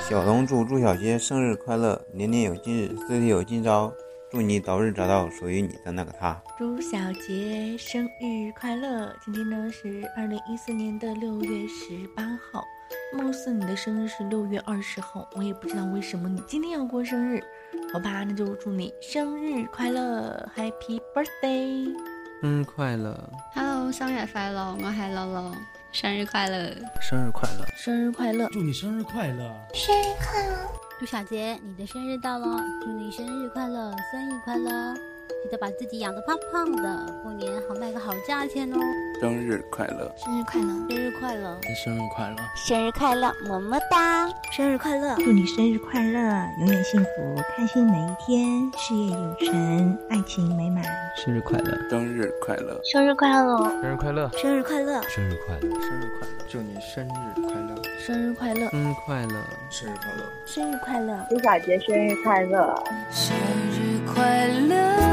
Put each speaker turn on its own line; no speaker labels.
小龙祝祝小杰生日快乐，年年有今日，岁岁有今朝。祝你早日找到属于你的那个他。
祝小杰生日快乐！今天呢是二零一四年的六月十八号，貌似你的生日是六月二十号，我也不知道为什么你今天要过生日，好吧，那就祝你生日快乐，Happy Birthday！
嗯，快乐，
Hello，生日快乐！我係樂樂，生日快樂！
生日快乐！
生日快乐！
祝你生日快乐！
朱小杰，你的生日到了，祝你生日快乐，生日快乐！记得把自己养得胖胖的，过年好卖个好价钱哦！
生日快乐！
生日快乐，
生日快乐！
生日快乐！
生日快乐，么么哒！生日快乐，
祝你生日快乐，永远幸福，开心每一天，事业有成，爱情美满。
生日快乐！生日快乐！
生日快乐，
生日快乐！
生日快乐，
生日快乐！
生日快乐！祝你生日快乐！
生日快乐！
嗯，快乐！
生日快乐！
生日快乐，
朱小杰生日快乐！
生日快乐！